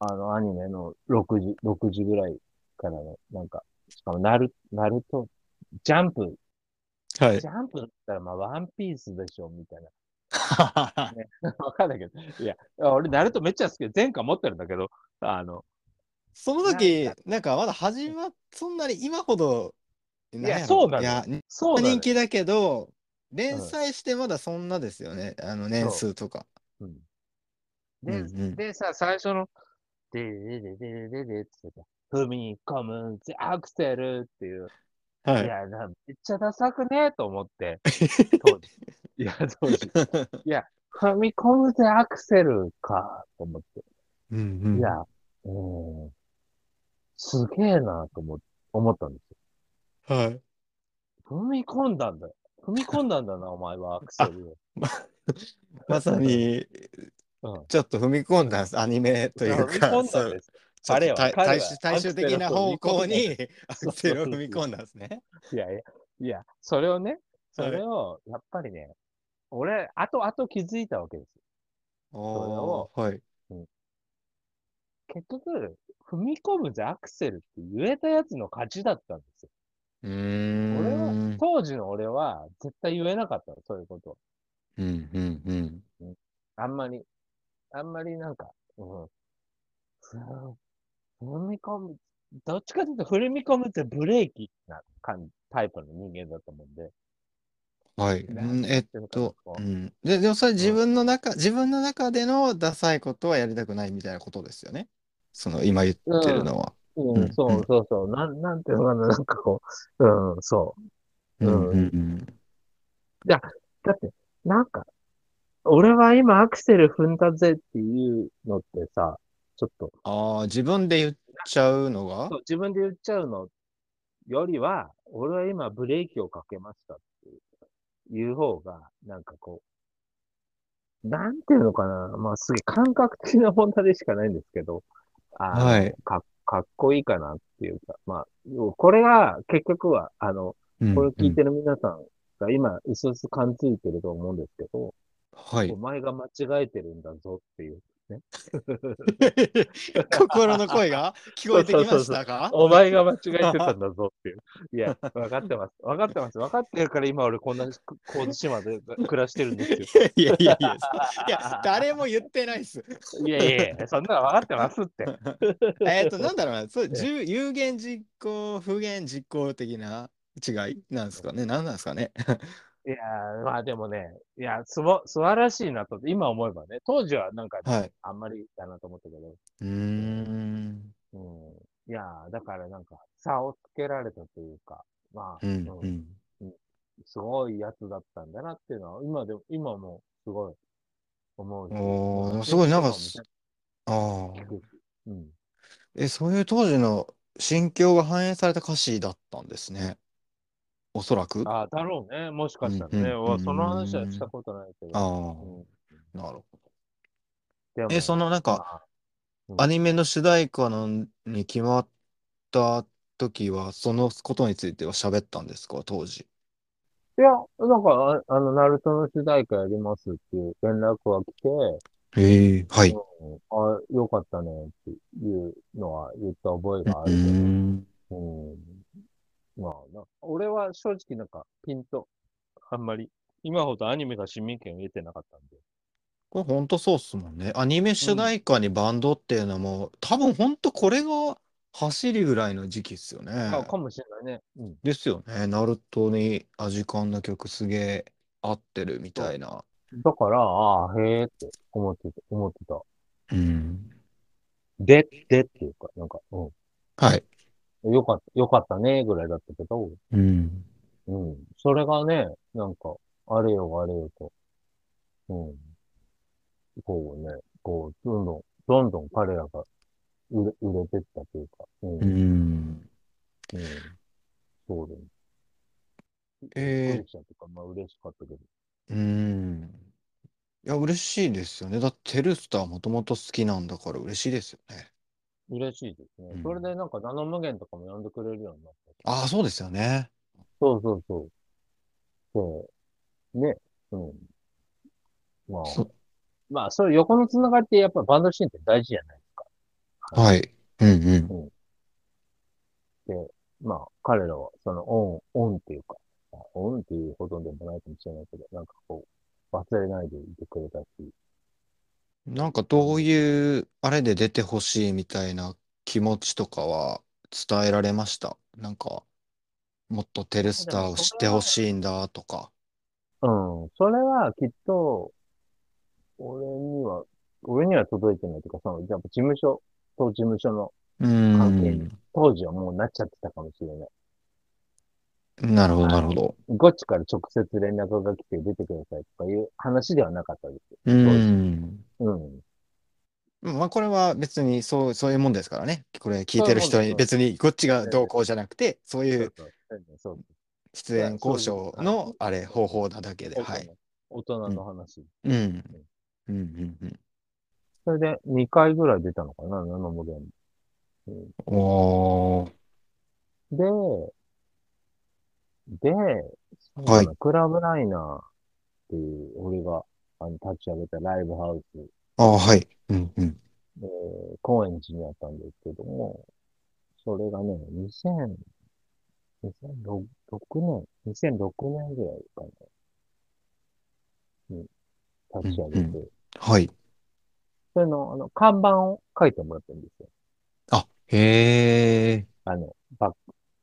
あの、アニメの6時、6時ぐらいからの、なんか、しかも、ナル、ナルト、ジャンプ、はいジ。ャンプだったら、まあ、ワンピースでしょ、みたいな。は わかんないけど。いや、俺、ナルトめっちゃ好きで、前回持ってるんだけど、あの、その時、なんかまだ始まっ、そんなに今ほど、いやそうなのいや、そうなのよ人気だけど、連載してまだそんなですよね。あの年数とか。うんうんで、うんでさ、最初の、ででででででってさ、踏み込む、アクセルっていう、はいい。や、なめっちゃダサくねえと思って、当時。いや、当時。踏み込むぜアクセルか、と思って。うんうんいや、うん。すげえな、と思思ったんですはい。よ。踏み込んだんだよ。踏み込んだんだな、お前は、アクセルを。まさに、うんちょっと踏み込んだんですアニメという 踏みか、込んだんそうです。ちょっあれとは対彼は対終対終的な方向にアククセセルルをを踏踏み込んでみ込んだ んですね。いやいや、いや、それをね、それを、やっぱりね、俺、後々気づいたわけですよ。おーはい。結局、踏み込むぜ、アクセルって言えたやつの勝ちだったんですよ。うー俺は、ん。当時の俺は、絶対言えなかったの、そういうことはうんうんうん。あんまり、あんまりなんか、うん。踏み込む、どっちかというと踏み込むってブレーキな感じ、タイプの人間だと思うんで。はい。うんえっと、こう。うんで、でもそれ自分の中、自分の中でのダサいことはやりたくないみたいなことですよね。その、今言ってるのは。う、うんんそうそうそう。なん、なんていうのかな、なんかこう、うん、そう。うんうんうんだって、なんか、俺は今アクセル踏んだぜっていうのってさ、ちょっと、ああ、自分で言っちゃうのがそう自分で言っちゃうのよりは、俺は今ブレーキをかけましたっていう方が、なんかこう、なんていうのかな、まあすげえ感覚的な問題でしかないんですけど、あのはいかかっこいいかなっていうか、まあ、これが結局は、あの、うんこれを聞いうんてる皆さんが今、うすうす感づいてると思うんですけど、はい お。前が間違えてるんだぞっていうね。心の声が聞こえてきまそうそうしそたかお前が間違えてたんだぞっていう。 いや、分かってます。分かってます。分かってるから今俺こんな高知島で暮らしてるんですよ。 いやいやいや、いや、誰も言ってないっ す。 いやいやいや、そんなの分かってますって。えっと、なんだろうな、そう、じゅ有言実行、不言実行的な違いなんですかね、なんなんですか ね。いやー、まあでもね、いや、すば、素晴らしいなと、今思えばね、当時はなんか、はい。あんまりだなと思ったけど、うーん。うん。いやー、だからなんか、差をつけられたというか、まあ、うんうんうん。すごいやつだったんだなっていうのは、今でも、今もすごい思うし。おーすごいなんかすあ聞あ。くしうん。え、そういう当時の心境が反映された歌詞だったんですね。おそらく。あああ、だろうね。もしかしたらね。うんわうんその話はしたことないけあど。うー、んなるほでもど。え、そのなんか、まあアニメの主題歌のに決まった時は、そのことについては喋ったんですか、当時。いや、なんか、ああの、ナルトの主題歌やりますっていう連絡が来て、へえ、はい。うんあ、よかったねっていうのは言った覚えがあうるけど。ん。うん。まあな、俺は正直なんか、ピンと、あんまり、今ほどアニメが市民権を得てなかったんで。これ本当そうっすもんね。アニメ主題歌にバンドっていうのも、多分本当これが走りぐらいの時期っすよね。あかもしれないね。うん。ですよね。ナルトにアジカンの曲すげえ合ってるみたいな。だから、ああ、へえって思ってた、思ってた。うん。で、でっていうか、なんか、うはい。ん。よかった、よかったね、ぐらいだったけど、うん。うん。それがね、なんか、あれよあれよと、うん。こうね、こう、どんどん、どんどん彼らが売れ、売れてったというか、うん。うん。ん。そうだね。えーびっくりしたというか、まあ嬉しかったけど。うん。いや、嬉しいですよね。だって、テルスターもともと好きなんだから嬉しいですよね。嬉しいですね。うんそれでなんか、ナノ無限とかも呼んでくれるようになったし。ああ、そうですよね。そうそうそう。そう。ね。うん。まあ、そまあ、それ横のつながりってやっぱバンドシーンって大事じゃないですか。はい。うんうん。まあ、彼らは、その、オン、オンっていうか、まあオンっていうほどでもないかもしれないけど、なんかこう、忘れないでいてくれたし、なんか、どういう、あれで出てほしいみたいな気持ちとかは伝えられました。なんか、もっとテルスターを知ってほしいんだとか。うん。それはきっと、俺には、俺には届いてないというか、その、やっぱ事務所と事務所の、うん関係に当時はもうなっちゃってたかもしれない。なるほど、なるほど。ゴッチから直接連絡が来て出てくださいとかいう話ではなかったです。うん。うん。まあ、これは別にそう、そういうもんですからね。これ聞いてる人に別にこっちがどうこうじゃなくて、そういうそうそう。出演交渉の、あれ、方法なだけで、大人はい。大人の話。うん。うん、うん、うん。それで2回ぐらい出たのかな、ナノモゲン。おー。で、で、そうだはいなクラブライナーっていう、俺があの立ち上げたライブハウス、ああ、はい。うん、うん。えー、高円寺にあったんですけども、それがね、2000、2006 6年、2006年ぐらいかな、に立ち上げうんて、はい。それの、あの、看板を書いてもらったんですよ。あ、へえ。あの、バッ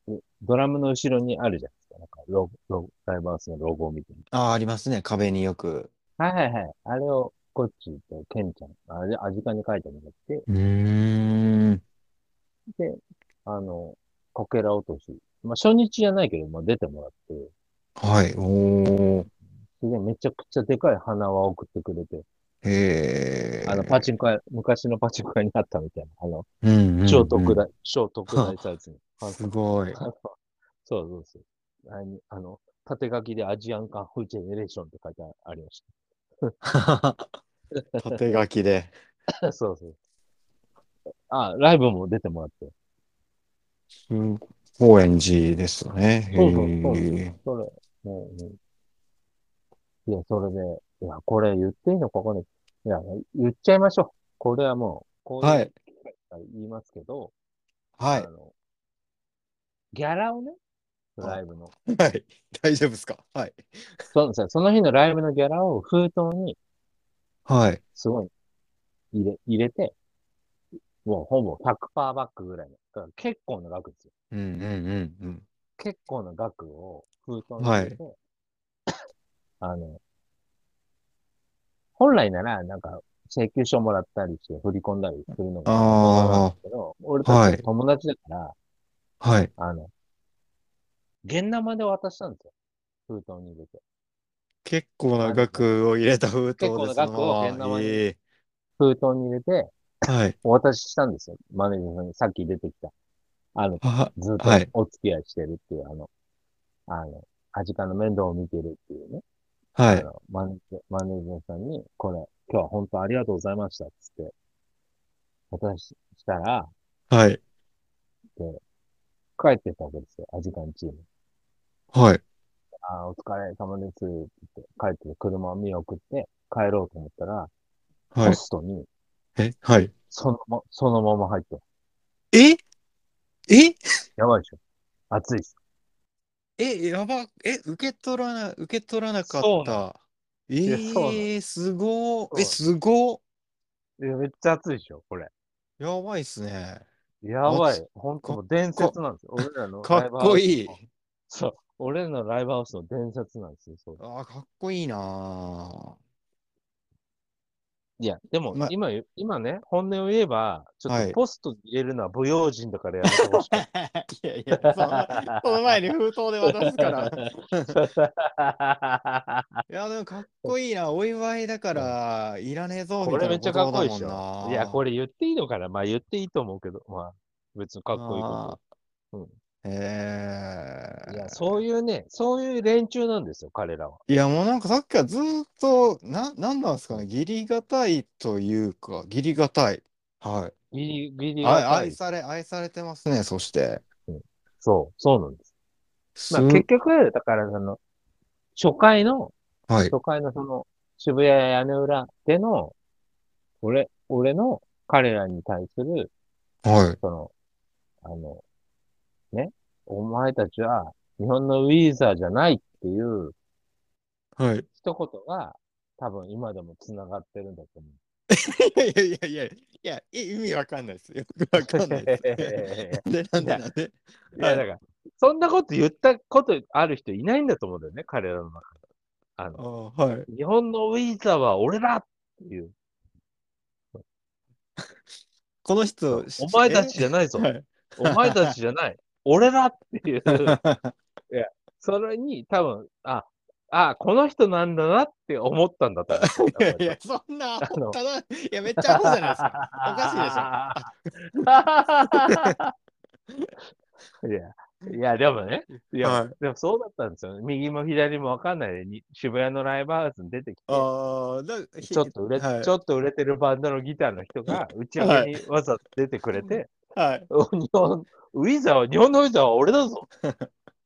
ク、ドラムの後ろにあるじゃないですか。なんかロゴ、ロゴ、ライブハウスのロゴみたいああ、ありますね。壁によく。な。はいはいはい。あれを、こっちとケンちゃん、あれ、アジカに書いてもらって、うーん。あの、こけら落とし。まあ、初日じゃないけど、まあ、出てもらって、はい。おー。すげえめちゃくちゃでかい花輪を送ってくれて、へえ。あの、パチンコ屋、昔のパチンコ屋にあったみたいな、あの、うん、うん。超特だ。大、超特大サイズの。あ のす ごい。あのそうそうそう。あの、あの縦書きでアジアンカンフルジェネレーションって書いてありまし縦書きで。た。 そうそう。あ、ライブも出てもらって。うん高円寺ですね。そうそうそうへえ。それ、もう、うん。いや、それで、いや、これ言っていいのかわかんない。いや、言っちゃいましょう。これはもう、こうはいうい。機会から言いますけど、はあの、ギャラをね、ライブの。い。はい。大丈夫ですかはい。そうですねその日のライブのギャラを封筒に、はい。すごい、入れ、入れて、もうほぼ100%バックぐらいの。だから結構な額ですよ。うんうんうん結構な額を封筒に入れて、あの、本来なら、なんか、請求書もらったりして振り込んだりするのがあー本当なんですけど、俺たはいち友達だから、うん。はい。あの、現生で渡したんですよ。封筒に入れて。結構な額を入れた封筒で結構なその額を現ま生まにええ封筒に入れて、はい。お渡ししたんですよ。マネージャーさんにさっき出てきた。あの、は、ずっとはいお付き合いしてるっていう、あの、あの、アジカの面倒を見てるっていうね、はあい。のマネージャーマネージャーさんに、これ、今日は本当ありがとうございましたっつって、渡ししたら、はい。帰ってったわけですよ、アジカンチーム。はい。あーお疲れ様ですって言って、帰って車を見送って、帰ろうと思ったら、はポい。ストに、え、はい。そのま、そのまま入って、ええやばいでしょ。熱いっす。え、やば、え、受け取らな、受け取らなかっそうなた。いえやそうなのえすごそうー。え、すごいやめっちゃ熱いでしょ、これ。ー。やばいっすね。やば熱い。本当もう伝説なんですよ。俺らのかラっイブハウスのこいい。そう。俺らのライブハウスの伝説なんですよ。そうあーかっこいいなーいや、でも、ま今言う、今ね、本音を言えば、ちょはっいとポストに入れるのは不用心だからやめて ほしい。いやいや、そのその前に封筒で渡すから。 いや、でもかっこいいな。お祝いだから、いらねえぞ、み こたれいめなっちゃこかっとこいいだでもんしょ。な。いや、これ言っていいのかなまあ言っていいと思うけど、まあ別にかっこいいこれ。えと。ーいや、そういうね、そういう連中なんですよ、彼らは。いや、もうなんかさっきからずーっと、な、なんなんですかね。義理がたいというか、義理がたい。はギリギい。リがあた愛い。され、愛されてますね、そして。そう、そうなんです。まあす結局、だからその、初回の、はい。都会のその渋谷や屋根裏での、俺、俺の彼らに対する、はい。その、あの、ね、お前たちは日本のウィーザーじゃないっていう はい。い一言が、多分今でも繋がってるんだと思う。やいやいやいやいや、い意味わかんないです。よくわかんない です。なんでなんでなんでいや、だから、そんなこと言ったことある人いないんだと思うんだよね、彼らの中で。ああの、ーはい。日本のウィーザーは俺だっていう、この人、お前たちじゃないぞえ。 はいお前たちじゃない。俺だっていう。 それに、多分、あ、あ、この人なんだなって思ったんだと思う。いやいや、そんなアあホのただ、いや、めっちゃアホじゃないです か。おかしいでしょ いでしょ。いや、いや、でもね。いや、はいでもそうだったんですよね。右も左もわかんないでに、渋谷のライブハウスに出てきて、ちょああ、だひっと売れ、はいちょっと売れてるバンドのギターの人が、打ち上げにわざわざ出てくれて、はい。日本、ウィザーは、日本のウィザーは俺だ ぞ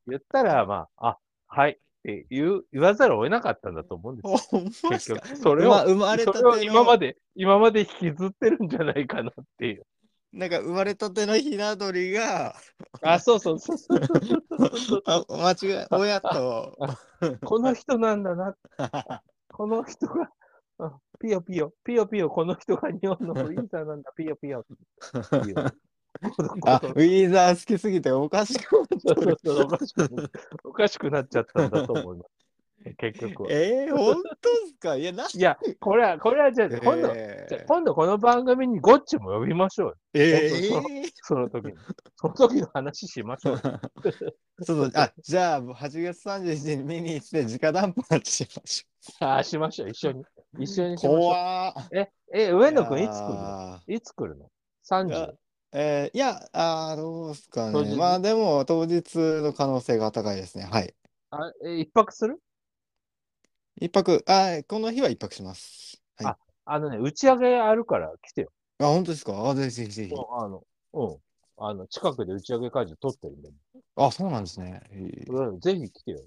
言ったら、まあ、あ、はいって言う、言わざるを得なかったんだと思うんですよ。おほんまです結か局、それ生まを、生まれたそてれをの今まで、今まで引きずってるんじゃないかなっていう。なんか生まれたてのひな鳥 が、あ、そうそうそうそうそうそうそう。あ間違い、親と、 この人なん だな。この人が、あピヨピヨ、ピヨピヨ、この人が日本のウィザーなんだ、ピヨピヨ。っていう あ、ウィーザー好きすぎておかしくなってそうそうる。そうおかしくな おかしくなっちゃったんだと思い ます。結局は。えー、本当ですかいや、なんいや、これは、これはじゃあ、今度、えじゃあ今度この番組にゴッチも呼びましょうよ。ー、え今ーその時に。その時の話しましょうよ。そうそう、あ、じゃあ、8月31日に見に行って、直談判しまし ああ、しましょう。一緒に。一緒 ょう。にしましょ怖ーう。え、え、上野くんいつ来るのあいつ来るのい ?30 や。えーいや、あーどうですか当ね。日まあでも、当日の可能性が高いですね。はい。あ、え、一泊する一泊、あーこの日は一泊します。はい。あ、あのね、打ち上げあるから来てよ。本当ですかあ、ぜひぜひぜひ。うんあの、うん。あの、近くで打ち上げ会場取ってるんで、あ、そうなんですね。えーうんぜひ来てよ。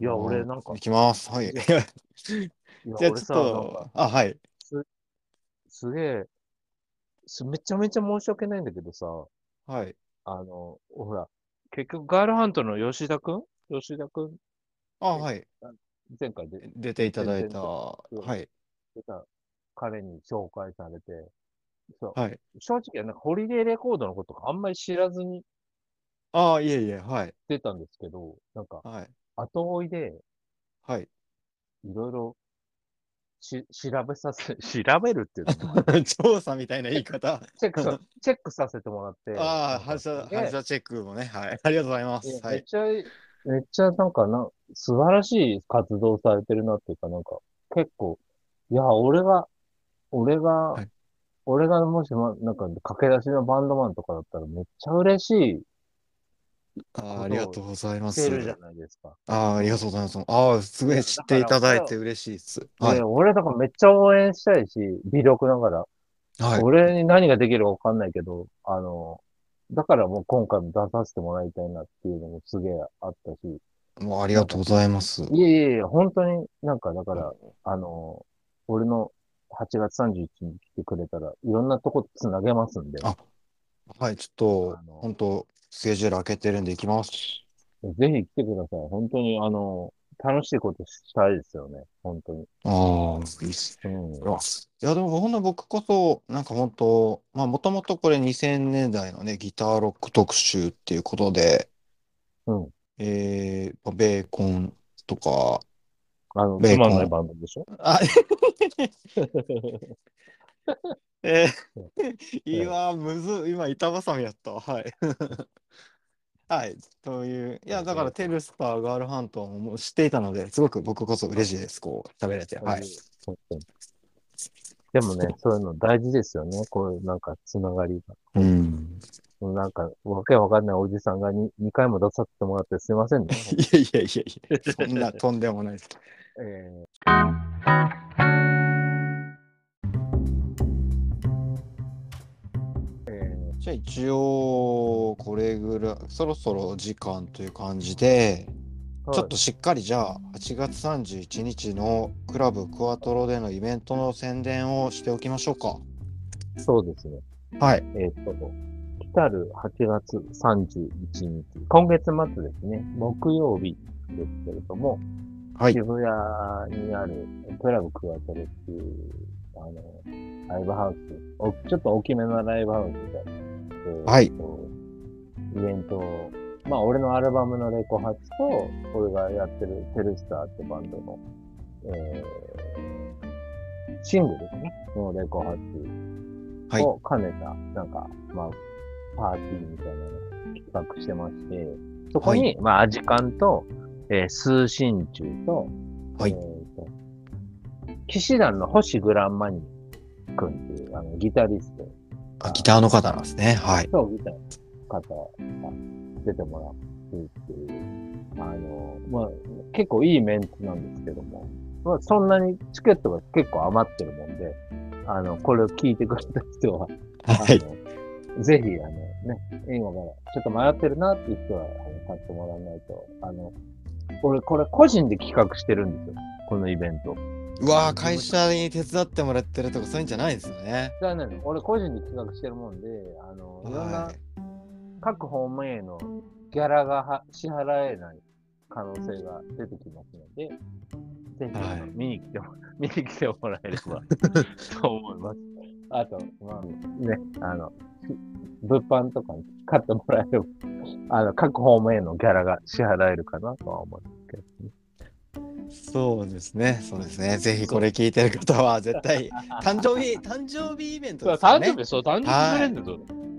いや、うん俺なんか行、きます。はい。いじやゃあいや ちょ俺っさ、なんとか、あ、はい。すげえ、すめちゃめちゃ申し訳ないんだけどさ、はい。あの、ほら、結局、ガールハントの吉田くん吉田くん、あ、はい。前回で出ていただい全た。然うはい。出た彼に紹介されて、そうはい。正直、なんか、ホリデーレコードのことあんまり知らずにあー、いえいえ。はい。出たんですけど、なんか、はい。後追いで、はい。いろいろ、し、調べさせ、 調べるっていうのもある調査みたい な言い方。チェックさ、チェックさせてもらって。あなあ、んか反射す、げえ反射チェックもね。はい。ありがとうございまいやす。はめっい。ちゃ、めっちゃなんかな、素晴らしい活動されてるなっていうか、なんか、結構、いや、俺が、俺が、い俺がもし、ま、なんか、駆け出しのバンドマンとかだったら、めっちゃ嬉しいあーありがとうございまセすー。ルじゃないですか。ああ、ありがとうございます。ああ、すごい知っていただいて嬉しいです。はでい。俺、だからめっちゃ応援したいし、微力ながら。はい。俺に何ができるかわかんないけど、あの、だからもう今回も出させてもらいたいなっていうのもすげえあったし、もうありがとうございます。いやいやいや、本当になんかだから、あの、俺の8月31日に来てくれたら、いろんなとこつなげますんで、あはい、ちょあっと、の本当スケジュール開けてるんで行きます。ぜひ来てください。本当に、あの、楽しいことしたいですよね。本当に。ああ、いいっす。うん。いや、でもほんと僕こそ、なんか本当まあもともとこれ2000年代のね、ギターロック特集っていうことで、うんえーまあ、ベーコンとか、あの、ベーつコンまんない番組でしょあ、えー、今、むず、今、板挟みやったわ。はい。 はい。という、いや、だから、テルスター、ガールハントももう知っていたので、すごく僕こそ嬉しいです。こう、喋れて。 はい。 本当にでもね、そういうの大事ですよね。こういうなんかつながりが。うん。なんか、わけわかんないおじさんがに2回も出させてもらってすい ませんね。いやいやいやいや、そんなとんでもないです。えーえじゃあ、一応、これぐらい、そろそろ時間という感じで、ーちょっとしっかりじゃあ8月31日のクラブクワトロでのイベントの宣伝をしておきましょうか。はいそうですね。はい。えーっと、来たる8月31日、今月末ですね、木曜日ですけれども、はい。渋谷にあるクラブクワトレっていう、あの、ライブハウス、おちょっと大きめのライブハウスで、えーはいとイベントを、まあ、俺のアルバムのレコ発と、俺がやってるテルスターってバンドの、えーシングルですね、のレコ発はいを兼ねた、なんか、まあ、パーティーみたいなのを企画してまして、そこに、はまあ、アジカンと、えー、スーシンチューと、はいえーと騎士団の星グランマニ君っていうあのギタリストあギターの方なんですね。はい。とギター、方が出てもらうっていう、あの、まあ、結構いいメンツなんですけども、まあ、そんなにチケットが結構余ってるもんで、あの、これを聞いてくれた人は、はい。あのぜひ、あのね、今からちょっと迷ってるなっていう人は、あの買ってもらわないと、あの、俺、これ個人で企画してるんですよ。このイベント。 うわー会社に手伝ってもらってるとかそういうんじゃないんですよね。だからね、俺個人で企画してるもんで、あの、いろんなはい各方面へのギャラがは支払えない可能性が出てきますので、ぜひ、はい見に来ても、 見に来てもらえれ ばと思います。あと、まあ、ね、あの、物販とかに買ってもらえれば、 あの、各方面へのギャラが支払えるかなとは思いますけど、ね。そうですね。そうですね。ぜひこれ聞いてる方は絶 対誕生日誕生日イベントですよね。日、そう、生誕日プレゼント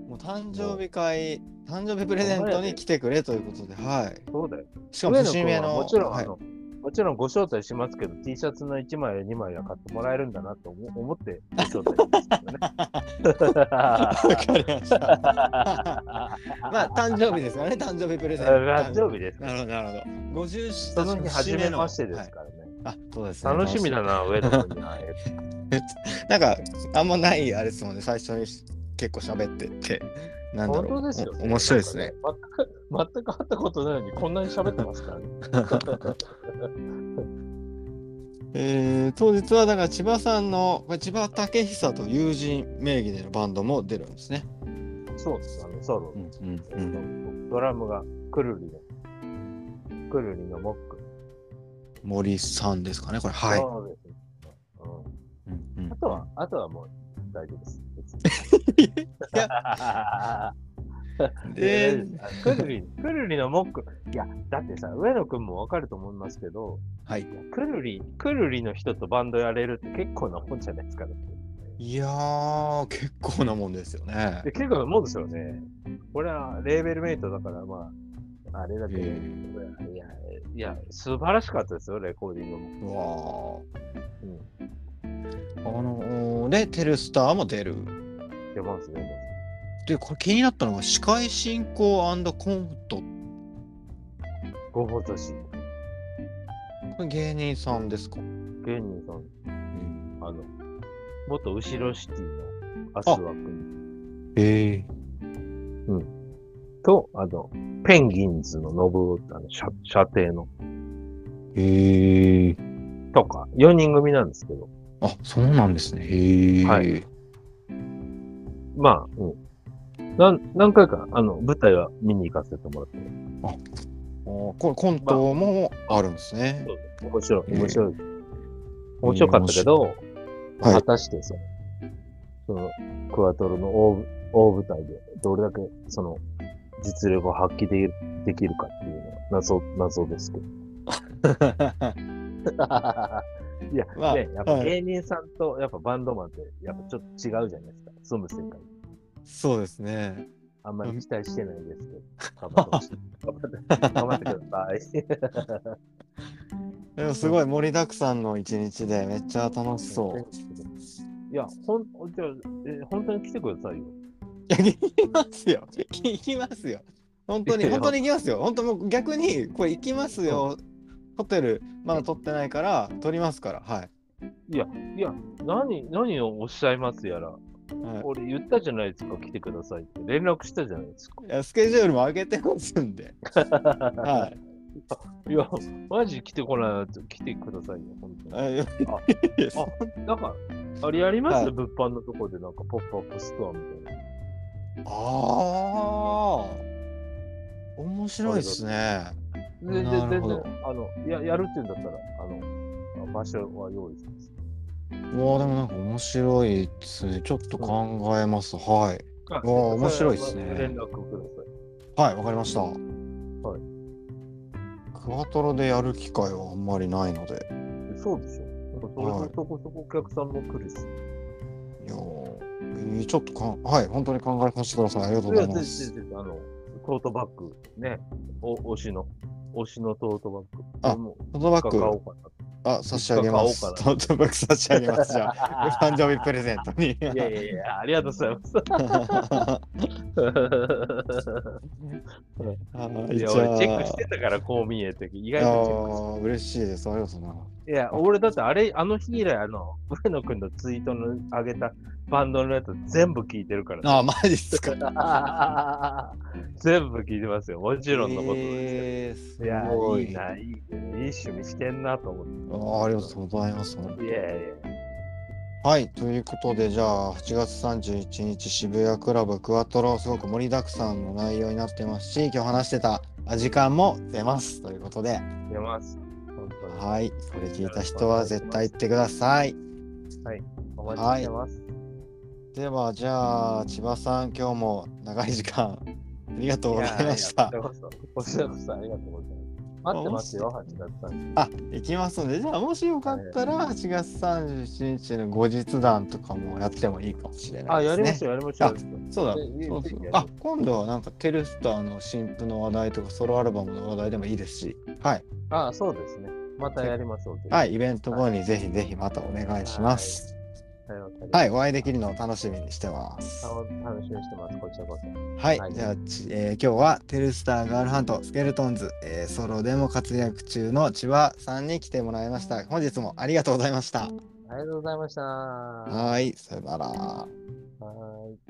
もう誕生日会誕生日プレゼントに来てくれということで、はい。そうだよ。しかも節上野目君はのもちろん、はあいの、もちろんご招待しますけど、T シャツの1枚や2枚は買ってもらえるんだなと思思ってご招待しますからね。わかりました。 まあ誕生日ですからね、誕生日プレゼント。誕生日です。なるほど、なるほど。50その日初めましてではすいからね。あ、そうですね。楽しみだな、上野君に会える。なんか、あんまないあれですもんね、最初に結構喋ってって。なんだ本ろう。当ですよ、お面白いですね。なんかね。全く、全く会ったことないのに、こんなに喋ってますからね。えー当日は、だから千葉さんの、これ千葉武久と友人名義でのバンドも出るんですね。そうです、あの、ソロ。んうんえっとドラムがくるりの、くるりのモック。森さんですかね、これ。はい。そうですね。うんうんうんあとは、あとはもう大丈夫です。 いやで、クルリ、クルリのモック。いや、だってさ、上野くんもわかると思いますけど、はい。クルリ、クルリの人とバンドやれるって結構なもんじゃないですか。だっていやー、結構なもんですよね。で結構なもんですよね。これはレーベルメイトだから、まあ、あれだけど、えいや、いや、素晴らしかったですよ、レコーディングも。うわうんー。あのー、で、テルスターも出る。出ます、出ます。で、これ気になったのが、司会進行コント。ごぼうとし、これ芸人さんですか、芸人さん、あの、元後ろシティのアスワ君。ええと、あと、ペンギンズのノブ、あの、射射程の、へえ。とか、4人組なんですけど、あ、そうなんですね。へえ。はいまあ、うん。なん何回か、あの、舞台は見に行かせてもらってまあーこれコントもあるんですね。す、面白い、ええ面白い。面白かったけど、白いはい果たしてその、その、クワトロの大大舞台で、どれだけ、その、実力を発揮できるできるかっていうのは謎、謎ですけ ど。いや、まあね、やっぱはい芸人さんと、やっぱバンドマンって、やっぱちょっと違うじゃないですか、住む世界。 そうですね。あんまり期待してないですけど、 頑張ってほしい頑張って 頑張ってください。でもすごい盛りだくさんの一日でめっちゃ楽し そう。いや、ほん、じゃあえ本当に来てくださいよ。いや、聞きますよ。聞きますよ。本当いに、や本当に行きますよ。本当もう逆に、これ行きますよ。ホテル、まだ取ってないから、取りますから。はい。いや、いや、何、何をおっしゃいますやら。はい俺言ったじゃないですか、来てくださいって。連絡したじゃないですか。いやスケジュールも上げてますんで。はいや、マジ来てこないと来てくださいよ、本当い。に。はいあなんか、あれやります、はい物販のとこで、なんか、ポップアップストアみたいな。ああ。面白いですね。全然、なる全ほ然ど、あの、ややるって言うんだったら、あの、場所は用意します。うわあ、でもなんか面白いですね。ちょっと考えます。はい。あおー面白いっすね連絡くださはい。い、わかりました。いクワトロでやる機会はあんまりないので。そうでしょ。なんかそれはもいそこそこお客さんも来るし。いやーえーちょっとかん、はい、本当に考えさせてください。ありがとういございや、ぜまひぜす。ひぜひ、あの、トートバッグ、ね、お推しの、推しのトートバッグ。あもトートバッ買おグうかな。あ、差し上げます。買おうかトートバッグ差し上げます。じゃ あ、誕生日プレゼントに。い やいやいや、 ありがとうございます。はいいじや、ゃ俺あチェックしてたから、こう見えて。意外とチェックしああ、嬉しいです。ありがとうな。て。いや、俺だってあれ、あの日以来、あの、上野くんのツイートの上げたバンドのやつ全部聞いてるから、ああ、マジっすか。も 全部聞いてますよ。もちろんのことですすけど。いやご、いいな、いい、いい趣味してんなと思っあーありがとうございます。て。いやいはい、ということで、じゃあ、8月31日、渋谷クラブクワトロ、すごく盛りだくさんの内容になってますし、今日話してた時間も出ますということで、や、出ます。本当に。はい、これ聞いた人は絶対行ってください。お待ちしてます。では、じゃあ、千葉さん、今日も長い時間、 ありがとうございました。やいやこちらこそこちらこそありがとうございます。待ってますよ、8月さん。あ、行きますので、じゃあ、もしよかったら、8月31日の後日談とかもやってもいいかもしれないあ、でやすりね。ましょう、やりましょう。そうだ。でそうそうぜひあ、今度はなんかテルスターの新譜の話題とかソロアルバムの話題でもいいですし、はい。ああ、そうですね。またやりましょう。。はいい、イベント後にぜひぜひまたお願いします。はい、お会いできるのを楽しみにしてます。楽しみにしてます、こちらこそ。はい、はいじゃあ、ちえー今日はテルスターガールハントスケルトンズ、えーソロでも活躍中の千葉さんに来てもらいました。本日もありがとうございました。ありがとうございました。ははい、さよなら。ーい。